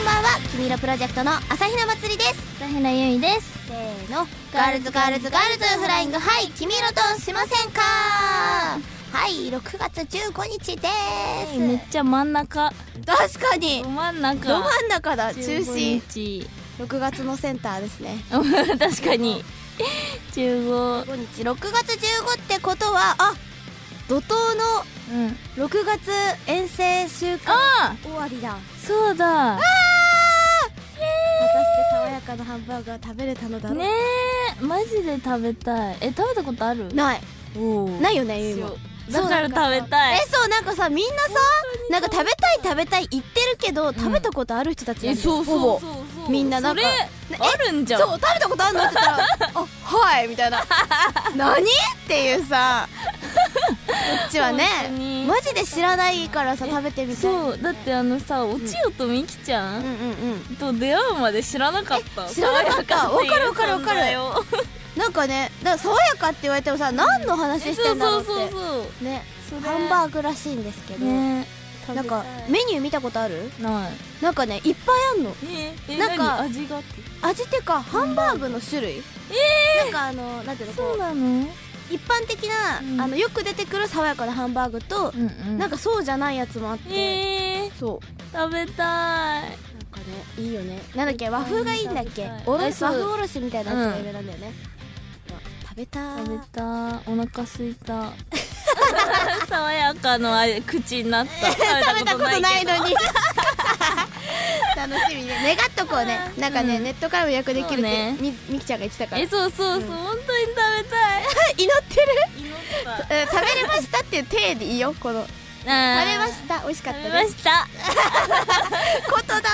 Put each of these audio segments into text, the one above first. ひろプロジェクトの朝比奈まつりです片平ゆいですせーのガールズガールズガールズフライングはい君色としませんかはい6月15日でめっちゃ真ん中す確かにど真ん中ど真ん中だ中心心6月のセンターですね 確かに15 5日6月15ってことはあ怒涛のうん6月遠征週間あ終わりだそうだ果たして爽やかなハンバーガー食べれたのだろうねえマジで食べたいえ食べたことあるないおないいよねゆいもだから食べたいえそうなんかさみんなさなんか食べたい食べたい言ってるけど、食べたことある人たちなんだよほぼそうそみんななんかそれあるんじゃんそう食べたことあるのって言ったら「あはい」みた いな「何?」っていうさこっちはね本当にマジで知らないからさ食べてみたいそうだってあのさおちよとみきちゃうんん、うんうんと出会うまで知らなかったえ知らなかった爽やわかるわかるかっていう存在をなんかねだから爽やかって言われてもさ何の話してんだろうってそうそうそうねそれハンバーグらしいんですけど、ねえなんか食べメニュー見たことあるたいないなんかねいっぱいあんのええなんか何味がって味ってかハンバーグの種類なんかあのなんていうのこうなの一般的な、うんあのよく出てくる爽やかなハンバーグと、うんうんなんかそうじゃないやつもあって、えー、そう食べたいなんかねいいよねなんだっけ和風がいいんだっけ食べたいおろえしそう和風おろしみたいなやつが有名なんだよね、まあ食べた食べーたお腹すいた 爽やかのあれ口になった食 食べたことないけどのに楽しみね願っとこうねなんかね、うんネットから予約できるそって、うねみみきちゃんが言ってたからえそうそうそう、本当に食べたい 祈ってる祈った食うん食べれましたっていう体でいいよこの食べべまました美味しかった食べですました言霊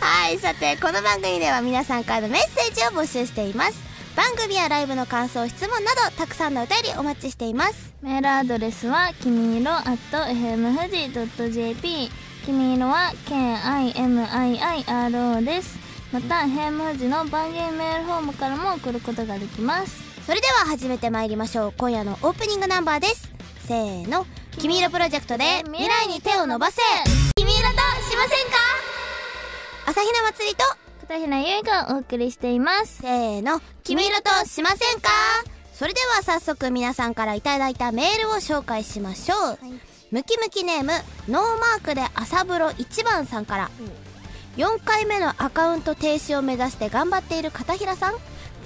はいさてこの番組では皆さんからのメッセージを募集しています番組やライブの感想質問などたくさんのお便りお待ちしていますメールアドレスはきみいろ at fmfuji.jp きみいろは KIMIIRO ですまた FM 富士の番組メールフォームからも送ることができますそれでは始めてまいりましょう今夜のオープニングナンバーですせーの「君色プロジェクト」で未来に手を伸ばせ君色としませんか朝比奈祭りと片平ゆいがお送りしていますせーの「君色としませんか」それでは早速皆さんからいただいたメールを紹介しましょう、ムキムキネームノーマークで朝風呂一番さんから、4回目のアカウント停止を目指して頑張っている片平さん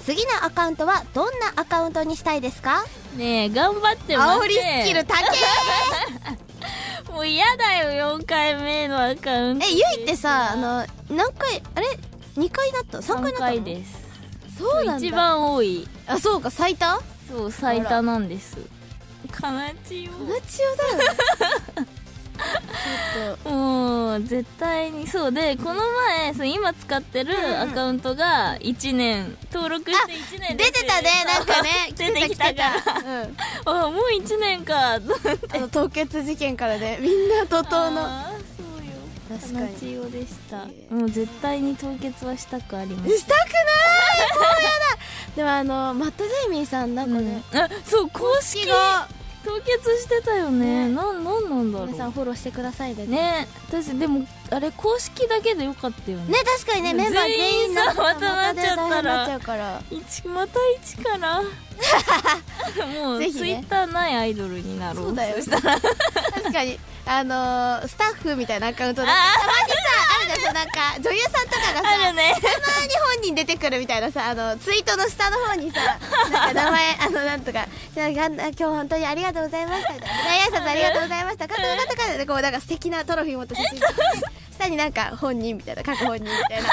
次のアカウントはどんなアカウントにしたいですかねえ頑張ってます煽りスキル高 えもう嫌だよ4回目のアカウントえゆいってさあの何回あれ2回なった3 3回なったの回ですそうなんだ一番多いあそうか最多そう最多なんです悲しいよナチオだよねちょっともう絶対にそうでこの前そう今使ってるんアカウントが1年登録して1年出てたねなんかね 出てきた来てからたうんあもう1年かと思って あの凍結事件か らねみんな怒涛のあーそうよ確かに悲しいよでしたえもう絶対に凍結はしたくありませんし たくないもうやだでもあのマット・ジェイミーさんなんかね、うんあそう公式月が凍結してたよねなんなんなんだろう皆さんフォローしてくださいでねね私でもあれ公式だけでよかったよねね確かにねメンバー全全員員さなんかまたなっちゃったらまたね大変になっちゃうから一また一から もう、ぜひねツイッターないアイドルになろうそうだよしたら確かにあのースタッフみたいなアカウントでたまあにさあるじゃんなんか女優さんとかがさ あるねたまに本人出てくるみたいなさあのツイートの下の方にさなんか名前あのなんとかじゃあがん今日本当にありがとうございましたみたいな挨拶ありがとうございましたかとかとかでこうなんか素敵なトロフィー持った写真撮って下になんか本人みたいな各本人みたい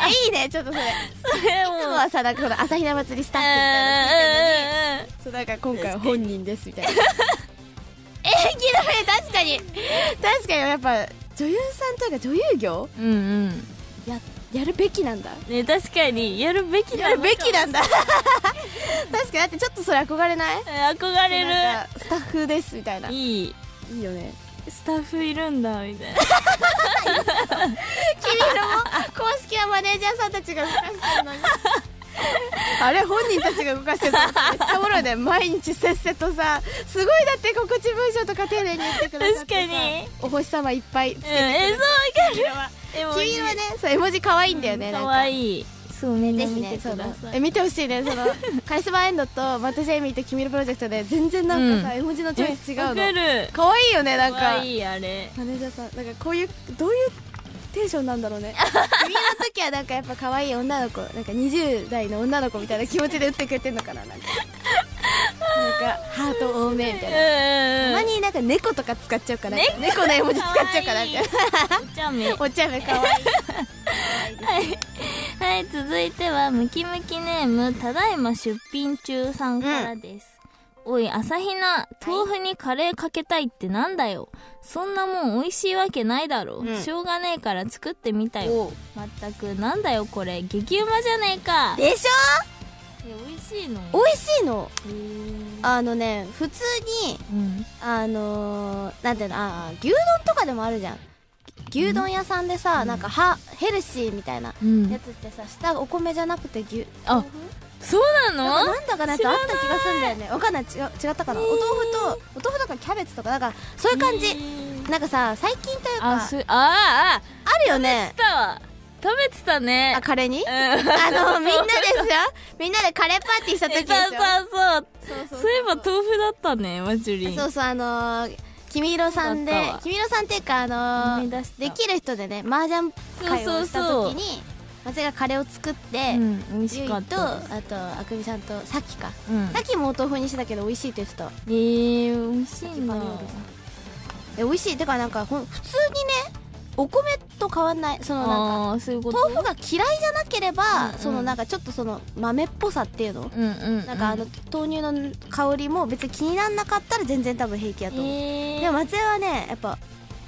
なえいいねちょっとそれいそれつももはさなんかこの朝比奈祭りスタッフみたいなえーそうなんか今回は本人ですみたいなえー、ひどい確かに確かにやっぱ女優さんというか女優業うんうんややるべきなんだね確かにやるべきやなるのべきなんだ 確かにだってちょっとそれ憧れないえー憧れなるんかスタッフですみたいないいいいよねスタッフいるんだみたいな君の公式はマネージャーさんたちが動かしてるのにあれ本人たちが動かしてるのめっちゃおもろいね毎日せっせとさすごいだって告知文章とか丁寧に言ってくださ確ってさかにお星様いっぱいつけうてんえーそうわかる君らは絵文字君色はねそう絵文字可愛いんだよねなん可か愛いそうねぜぜひひねねそうだそうだえ見てほしいねその「カリスマエンド」と「マットジェイミー」と「君のプロジェクト」で全然なんかさ、うん絵文字のチョイス違わうのかる可愛いよねなんか可愛いあれマネージャーさんなんかこういうどういうテンションなんだろうね君の時はなんかやっぱ可愛い女の子なんか20代の女の子みたいな気持ちで打ってくれてんのかななんかなんかハート多めみたういんなたまになんか猫とか使っちゃうから猫の絵文字使っちゃうからみたいなお茶目お茶目可愛いはい続いてはムキムキネームただいま出品中さんからです、おい朝比奈豆腐にカレーかけたいってなんだよそんなもん美味しいわけないだろ、うしょうがねえから作ってみたよまったくなんだよこれ激うまじゃねえかえでしょ美味しいの美味しいのへーあのね普通にうんあのー、なんていうのあー牛丼とかでもあるじゃん牛丼屋さんでさ、なんかはヘルシーみたいなうんやつってさ下がお米じゃなくて牛あそうななんのかなんだかなやつあった気がするんだよねわかんない違う違ったかな、お豆腐とお豆腐とかキャベツとかなんかそういう感じ、へーなんかさ最近というかああすあーあるよねー来たわ食べてたねあカレーにうん あのみんなでさみんなでカレーパーティーした時えでそうそうそうそういえばと豆腐だったねマジュリンすよそうそうあのー、君色さんでそうだったわ君色さんっていうかあの思いー、出したできる人でね麻雀会をしたそうそうそう時に私がカレーを作って、うん美味ゆしいかとったあですとあくびさんとさっきか、うんさっきもお豆腐にしてたけど美味しいって言ってたえー、美味しいなパリオールさえ美味しいてかなんかほん普通にねお米と変わんないそのなんかああーそういうこと豆腐が嫌いじゃなければ、うんうんそのなんかちょっとその豆っぽさっていうの、うんうんうんなんかあの豆乳の香りも別に気になんなかったら全然多分平気だと思う、えー、でも松江はねやっぱ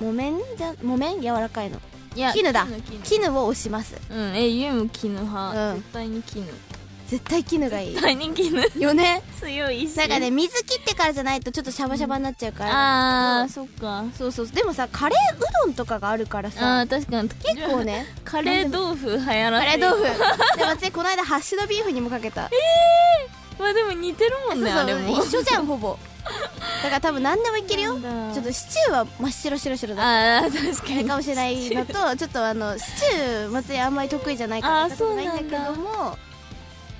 木綿じゃ木綿柔らかいのいや絹だ絹絹絹を推しますうんえゆうも絹派、うん絶対に絹絶対絹がいい絶対に絹 よね強いしなんかね水切ってからじゃないとちょっとシャバシャバになっちゃうから、ああそっかそうそうそうでもさカレーうどんとかがあるからあさあ確かに結構ね カレー豆腐流行らカレせー豆腐で私この間ハッシュドビーフにもかけたまあでも似てるもんねそうそうあれも一緒じゃんほぼだから多分何でもいけるよちなんだょっとシチューは真っ白白白だ ああ確かにかもしれないのとちょっとあのシチュー松井あんまり得意じゃないかあらーそうなんだ得意じゃないんだけども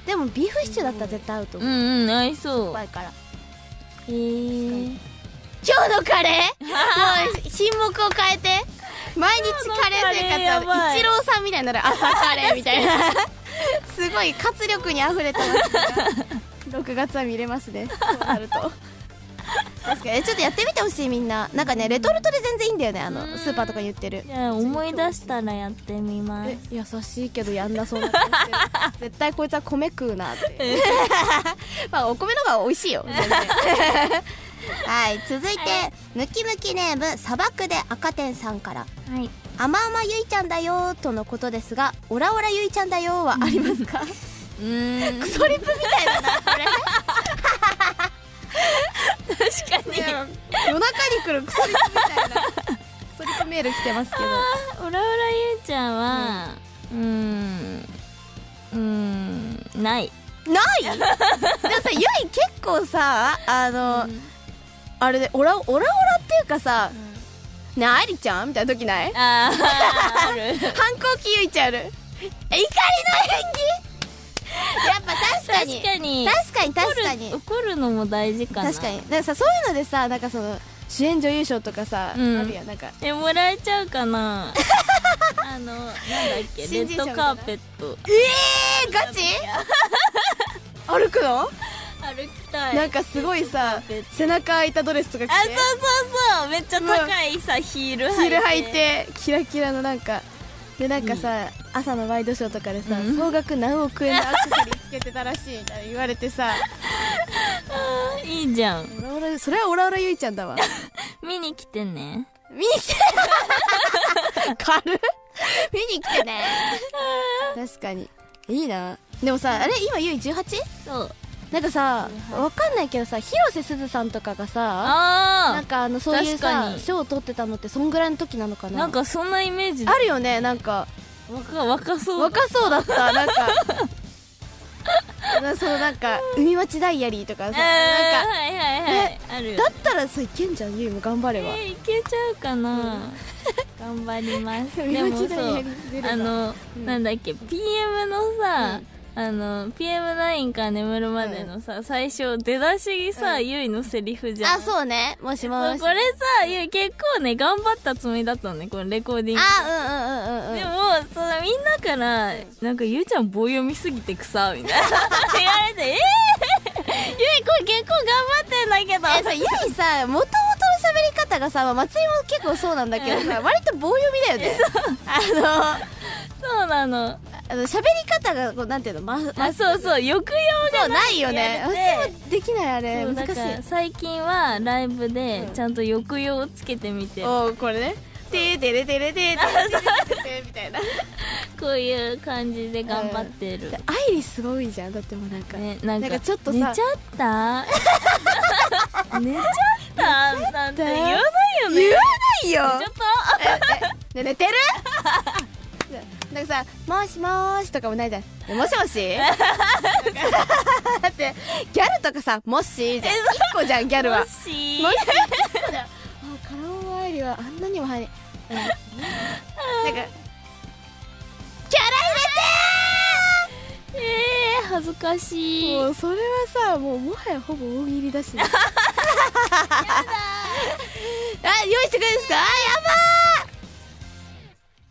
でもビーフシチューだったら絶対合うと う思うんうん合いそう怖いからえー、今日のカレー もう品目を変えて毎日カレー今日のカレーや生活ばはいイチローさんみたいになる朝カレーみ たいなすごい活力にあふれてますが6月は見れますねそうなると確かにえちょっとやってみてほしいみんななんかねレトルトで全然いいんだよねあうのんスーパーとかに売ってるじゃあ思い出したらやってみますえ優しいけどやんなそう な顔してる絶対こいつは米食うなっていう まあお米の方が美味しいよ全然はい続いて、ムキムキネーム砂漠で赤天さんからはい「あまあまゆいちゃんだよ」とのことですが「オラオラゆいちゃんだよ」はあります かうーんトリップみたいだなこれ確かに夜中に来るクソリップみたいなクソリップメール来てますけどオラオラゆうちゃんはうーんうーんないないでもさゆい結構さあの、うんあれでオラオラオラっていうかさ「ねありちゃん?」みたいな時ないあーある反抗期ゆいちゃんあるえ怒りの演技やっぱ確かに確かに確かに確かに怒る怒るのも大事かな確かにだからさそういうのでさなんかその主演女優賞とかさ、うんあるやんなんかえもらえちゃうかな あのなんだっけレ新人ッド賞カーペットええー、ガチ歩くの、歩きたいなんかすごいさレッドカーペット背中開いたドレスとか着てあそうそうそうめっちゃ高いさヒール履いてヒール履いてキラキラのなんかでなんかさ、朝のワイドショーとかでさ、うん総額何億円のアクセサリーつけてたらしいみたいな言われてさいいじゃん オラオラそれはオラオラゆいちゃんだ わ見に来てね見に来て 軽っ見に来てね 確かにいいなでもさあれ今ゆい 18? そうなんかさわかんないけどさ広瀬すずさんとかがさなあんかあのそういう確かさに賞を取ってたのってそんぐらいの時なのかあななんかそんなイメージあるよねなんか若若そう若そうだったなんか なそうなんか「海町ダイアリー」とかえーさなんかはいはいはいあるよだったらさいけんじゃんゆいも頑張ればえーいけちゃうかな頑張ります 身で内もそうだね出ればあの、うんなんだっけ PM のさ、あの PM9 から眠るまでのさ、最初出だしさ、ゆいのセリフじゃんあ、そうね。もしそもうし。これさゆい結構ね頑張ったつもりだったのねこのレコーディングあ、うんうんうんうんでうもん。そのみんなから「なんかゆうちゃん棒読みすぎて草」みた いなって言われて「えー、ゆいこれ結構頑張ってんだえ、けどさ、」ゆいさ、もともとの喋り方がさ、まあ松井も結構そうなんだけどさ、割と棒読みだよね。あそうなのの、あの喋り方が、こう、なんていうの、ま、ま、あそうそう抑揚がそう、ないよね。や私りもたいできないあれそう難だしいから最近はライブでちゃんと抑揚をつけてみてるおおこれねてーてれてれてーてれてれてれみたいなこういう感じで頑張ってる、アイリすごいじゃんだってもうなんかね、なんかなんかちょっとさ寝ちゃっ た寝ちゃったなんて言わないよね言わないよちょっとね寝てる ねなんかさ「もしもーし」とかもないじゃん「もし もし」なんかだってギャルとかさ「もし」じゃん1個じゃんギャルはもしもしあカラオワイリはあんなにも入りうん なんかキャラえー、恥ずかしいもうそれはさもうもはやほぼ大喜利だしやだあ用意してくれるんですかあや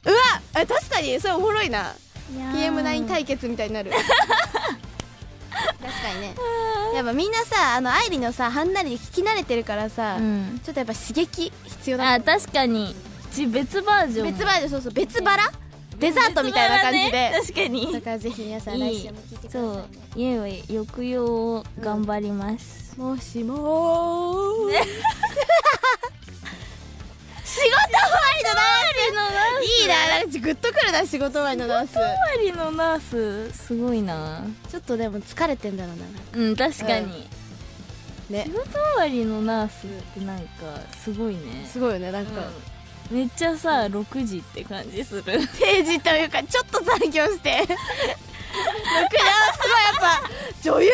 ばーうわあ確かにそれおもろいな PM9 対決みたいに なる確かにね。やっぱみんなさ、あの、愛理のさ、はんなり聞き慣れてるからさう、んちょっとやっぱ刺激必要だあ確かにち別バージョンも別バージョンそうそう別バラデザートみたいな感じで、別腹ねだ確かからぜひ皆さんに来い週いも聞いてくださいそうゆいは抑揚を頑張ります、もしもー、仕事終わりだなーいいななんかグッとくるな仕事終わりのダンス周りのナースすごいなちょっとでも疲れてんだろうなうん確かに、ね仕事終わりのナースってなんかすごいね、すごいよねなんか、うんめっちゃさ6時って感じする定時というかちょっと残業して六段はすごいやっぱ女優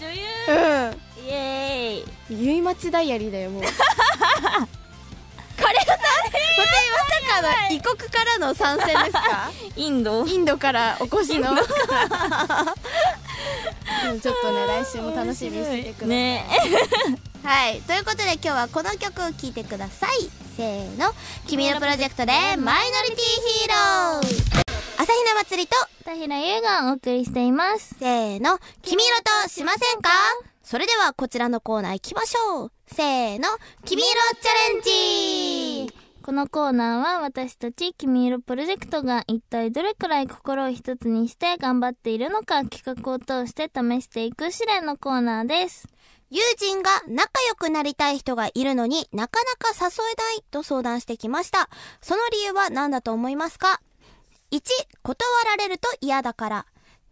女優だねイエーイうん 結いまちダイアリーだよもうカレーさんまさまさかの異国からの参戦ですかインドインドからお越しの でもちょっとね来週も楽しみにしててください、ねはい。ということで今日はこの曲を聴いてください。せーの。君のプロジェクトでマイノリティヒーロー朝日奈祭りと田平優がお送りしていますせーの、君色としませんかそれではこちらのコーナー行きましょう。せーの、君色チャレンジこのコーナーは私たち君色プロジェクトが一体どれくらい心を一つにして頑張っているのか企画を通して試していく試練のコーナーです友人が仲良くなりたい人がいるのになかなか誘えないと相談してきました。その理由は何だと思いますか ?1、断られると嫌だから。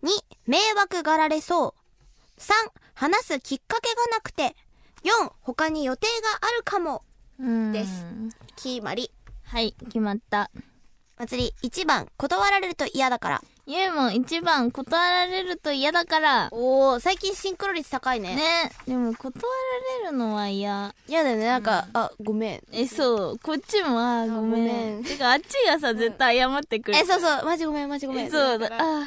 2、迷惑がられそう。3、話すきっかけがなくて。4、他に予定があるかも。うんです決まり。はい決まった祭り1番、断られると嫌だから。ゆうも一番断られると嫌だからおお最近シンクロ率高いねねでも断られるのは嫌嫌だよねなんか、あごめんえそうこっちもあーごめんごめんてかあっちがさ絶対謝ってくるえそうそうマジごめんマジごめんえそうだああ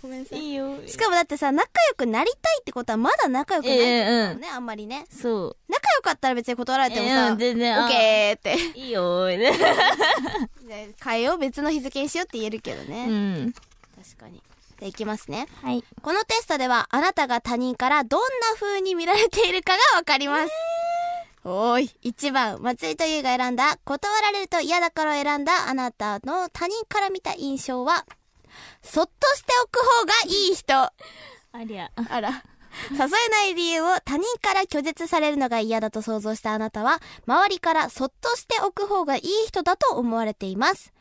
ごめんなさーいいいよしかもだってさ仲良くなりたいってことはまだ仲良くないってことだもんね、あんまりねそう仲良かったら別に断られてもえーさ、うん全然オあッケーっていいよー ね変えよう別の日付にしようって言えるけどね、うん確かにじゃあいきますねはいこのテストではあなたが他人からどんな風に見られているかがわかります、おーい1番松井と優が選んだ断られると嫌だからを選んだあなたの他人から見た印象はそっとしておく方がいい人ありゃあら 誘えない理由を他人から拒絶されるのが嫌だと想像したあなたは周りからそっとしておく方がいい人だと思われています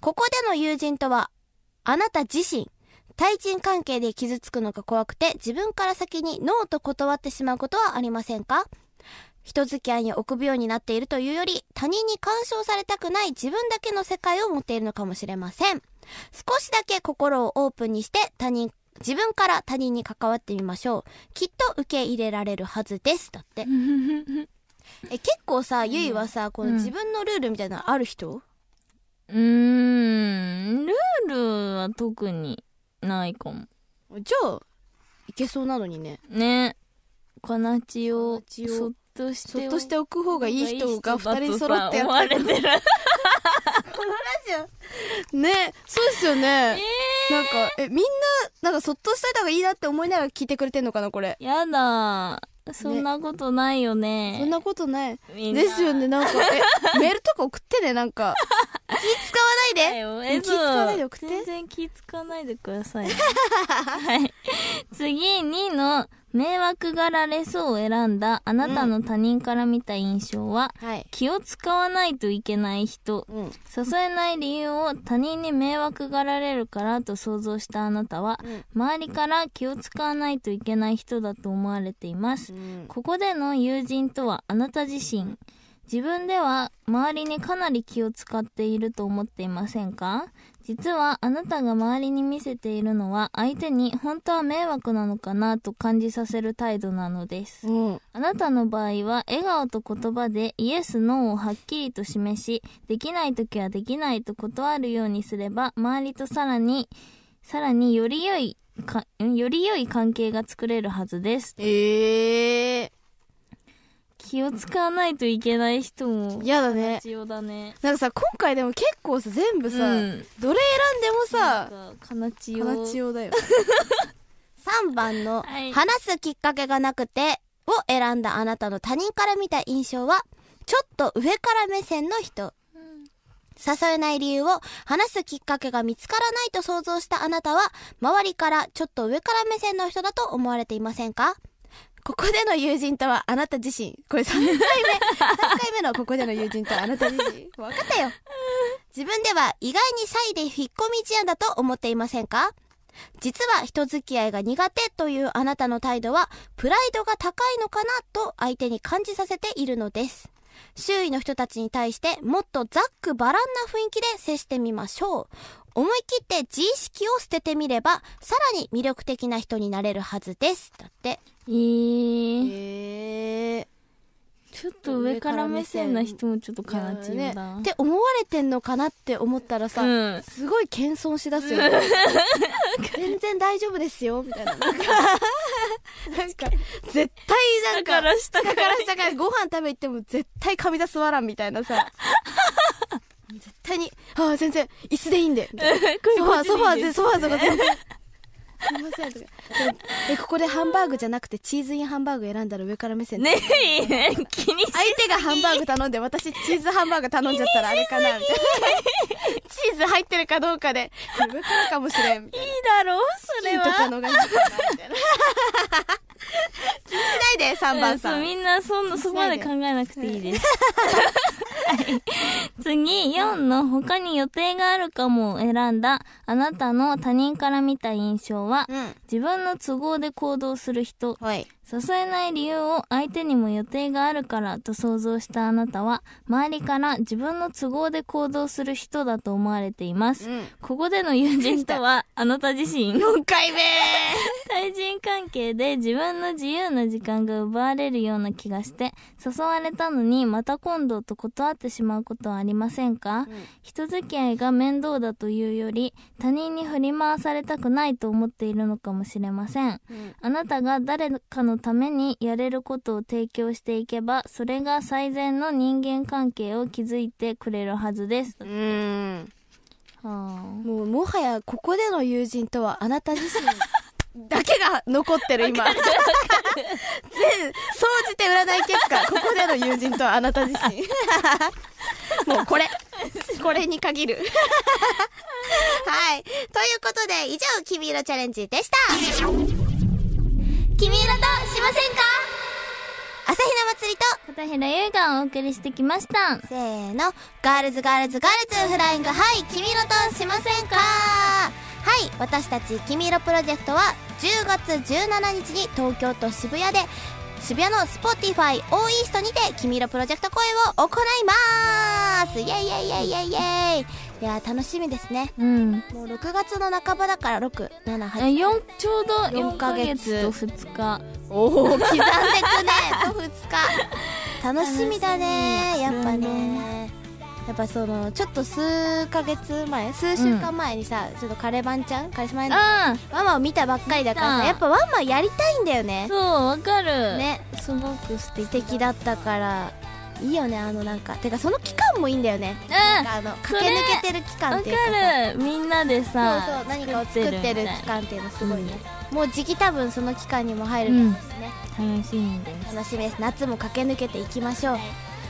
ここでの友人とはあなた自身対人関係で傷つくのが怖くて自分から先にノーと断ってしまうことはありませんか人付き合いに臆病になっているというより他人に干渉されたくない自分だけの世界を持っているのかもしれません少しだけ心をオープンにして他人自分から他人に関わってみましょうきっと受け入れられるはずですだってえ結構さゆいはさこのうん自分のルールみたいなのある人、うーんルールは特にないかもじゃあいけそうなのにねねかなちをかなちをそっとしてそっとしておく方がいい人がだと2人揃ってやさっ思われてるねそうですよね、なんかえみんななんかそっとしといた方がいいなって思いながら聞いてくれてんのかなこれやだそんなことないよねそんなことないみんなですよ ねなんかえメールとか送ってねなんか使わないでえ気使わないで送って全然気使わないでくだ さいね、はい、次2の迷惑がられそうを選んだあなたの他人から見た印象は、はい気を使わないといけない人うん誘えない理由を他人に迷惑がられるからと想像したあなたは、周りから気を使わないといけない人だと思われていますうんここでの友人とはあなた自身自分では周りにかなり気を使っていると思っていませんか実はあなたが周りに見せているのは相手に本当は迷惑なのかなと感じさせる態度なのですうんあなたの場合は笑顔と言葉でイエス・ノーをはっきりと示しできない時はできないと断るようにすれば周りとさらにさらにより良いかんより良い関係が作れるはずですええ気を使わないといけない人もー、やだね必要だねなんかさ今回でも結構さ全部さ、うんどれ選んでもなさんかかなちよ形 用だよ3番のはい「話すきっかけがなくて」を選んだあなたの他人から見た印象はちょっと上から目線の人誘えない理由を話すきっかけが見つからないと想像したあなたは周りからちょっと上から目線の人だと思われていませんかここでの友人とはあなた自身これ3回目3回目のここでの友人とはあなた自身わか分かったよ自分では意外にシャイで引っ込み思案だと思っていませんか実は人付き合いが苦手というあなたの態度はプライドが高いのかなと相手に感じさせているのです周囲の人たちに対してもっとざっくばらんな雰囲気で接してみましょう思い切って自意識を捨ててみればさらに魅力的な人になれるはずですだってえー、へえちょっと上から目線な人もちょっとかなちよねだ、って思われてんのかなって思ったらさ、うん すごい謙遜しだすよ、全然大丈夫ですよみたいななんかなんか絶対なんだかから下かだらからだからご飯食べ行っても絶対上座座らんみたいなさ絶対に「ああ全然椅子でいい んで」みたいなソファーソファーぜソファーとか全然 すいませんとかえここでハンバーグじゃなくてチーズインハンバーグ選んだら上から目線でねえ 気にし相手がハンバーグ頼んで私チーズハンバーグ頼んじゃったらあれかなみたいなチーズ入ってるかどうかでこれ上からかもしれんみたいいいだろうそれなヒンはトかのがいいかなみたいな気にしないで3番さそうんみんなそんなそこまで考えなくていいです、はい、次4の他に予定があるかもを選んだあなたの他人から見た印象はうん自分の都合で行動する人はい誘えない理由を相手にも予定があるからと想像したあなたは周りから自分の都合で行動する人だと思われています、うんここでの友人とはあなた自身4回目対人関係で自分の自由な時間が奪われるような気がして誘われたのにまた今度と断ってしまうことはありませんか、人付き合いが面倒だというより他人に振り回されたくないと思っているのかもしれません、あなたが誰かのためにやれることを提供していけばそれが最善の人間関係を築いてくれるはずです、はうんあもうもはやここでの友人とはあなた自身だけが残ってる今全総じて占い結果ここでの友人とはあなた自身もうこれこれに限るはい。ということで、以上、君色チャレンジでした。君色としませんか朝日奈祭りと、片平優がお送りしてきましたせーの、ガールズガールズガールズフライング、はい、君色としませんかはい、私たち君色プロジェクトは、10月17日に東京都渋谷で、渋谷のスポティファイオーイーストにて君色プロジェクト公演を行いますイェイイェイイェイイェイイェイいやー楽しみですねうんもう6月の半ばだから678え四ちょうど4 4ヶヶ月月と2日おお刻んでくね と2日楽しみだ楽しねみやっぱねやっぱそのちょっと数ヶ月前数週間前にさ、ちょっとカレー版ちゃんカリスマのあワンマンを見たばっかりだから見さたやっぱワンマンやりたいんだよねそうわかるねすごく素敵素敵だったからいいよねあのなんかてかその期間もいいんだよねうんなんかあのそれ駆け抜けてる期間わっかていうかさるみんなでそうさそう何かを作ってるみたい期間っていうのすごいね、もう時期多分その期間にも入るうと思うんで楽すね、しみです楽しみです夏も駆け抜けていきましょう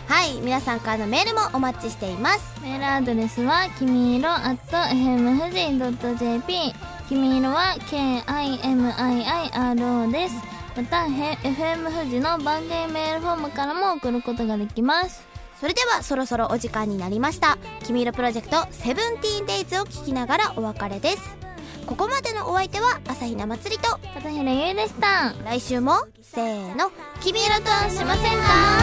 はい皆さんからのメールもお待ちしていますメールアドレスはきみいろ at fmfuji.jp きみいろは KIMIIRO ですまたへ FM 富士の番組メールフォームからも送ることができますそれではそろそろお時間になりました「君色プロジェクトセブンティーンデイズを聞きながらお別れですここまでのお相手は朝比奈まつりと片平優でした来週もせーの「君色としませんか?」